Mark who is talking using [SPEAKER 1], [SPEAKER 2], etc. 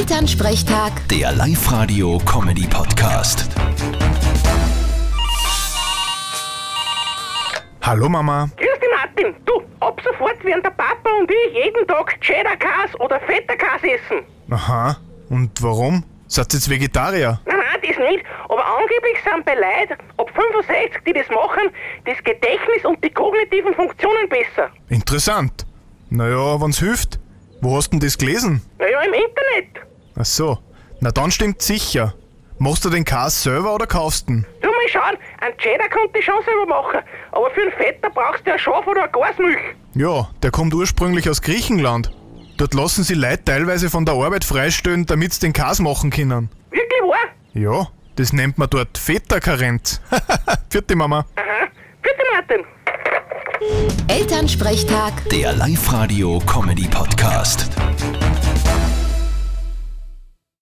[SPEAKER 1] Elternsprechtag,
[SPEAKER 2] Der Live-Radio-Comedy-Podcast.
[SPEAKER 3] Hallo Mama.
[SPEAKER 4] Grüß dich, Martin. Du, ab sofort werden der Papa und ich jeden Tag Cheddar Käse oder fetter Käse essen.
[SPEAKER 3] Aha. Und warum? Seid ihr jetzt Vegetarier?
[SPEAKER 4] Nein, nein, das nicht. Aber angeblich sind bei Leuten ab 65, die das machen, das Gedächtnis und die kognitiven Funktionen besser.
[SPEAKER 3] Interessant. Naja, wenn's hilft. Wo hast denn das gelesen?
[SPEAKER 4] Naja, im Internet.
[SPEAKER 3] Ach so. Na dann stimmt's sicher. Machst du den Käse selber oder kaufst ihn?
[SPEAKER 4] Du mal schauen, einen Cheddar kannst du schon selber machen. Aber für einen Fetter brauchst du ein Schaf oder eine Gasmilch.
[SPEAKER 3] Ja, der kommt ursprünglich aus Griechenland. Dort lassen sie Leute teilweise von der Arbeit freistellen, damit sie den Käse machen können.
[SPEAKER 4] Wirklich wahr?
[SPEAKER 3] Ja, das nennt man dort Feta-Karenz. Vierte Mama.
[SPEAKER 4] Aha. Bitte, Martin.
[SPEAKER 1] Elternsprechtag.
[SPEAKER 2] Der Live-Radio-Comedy-Podcast.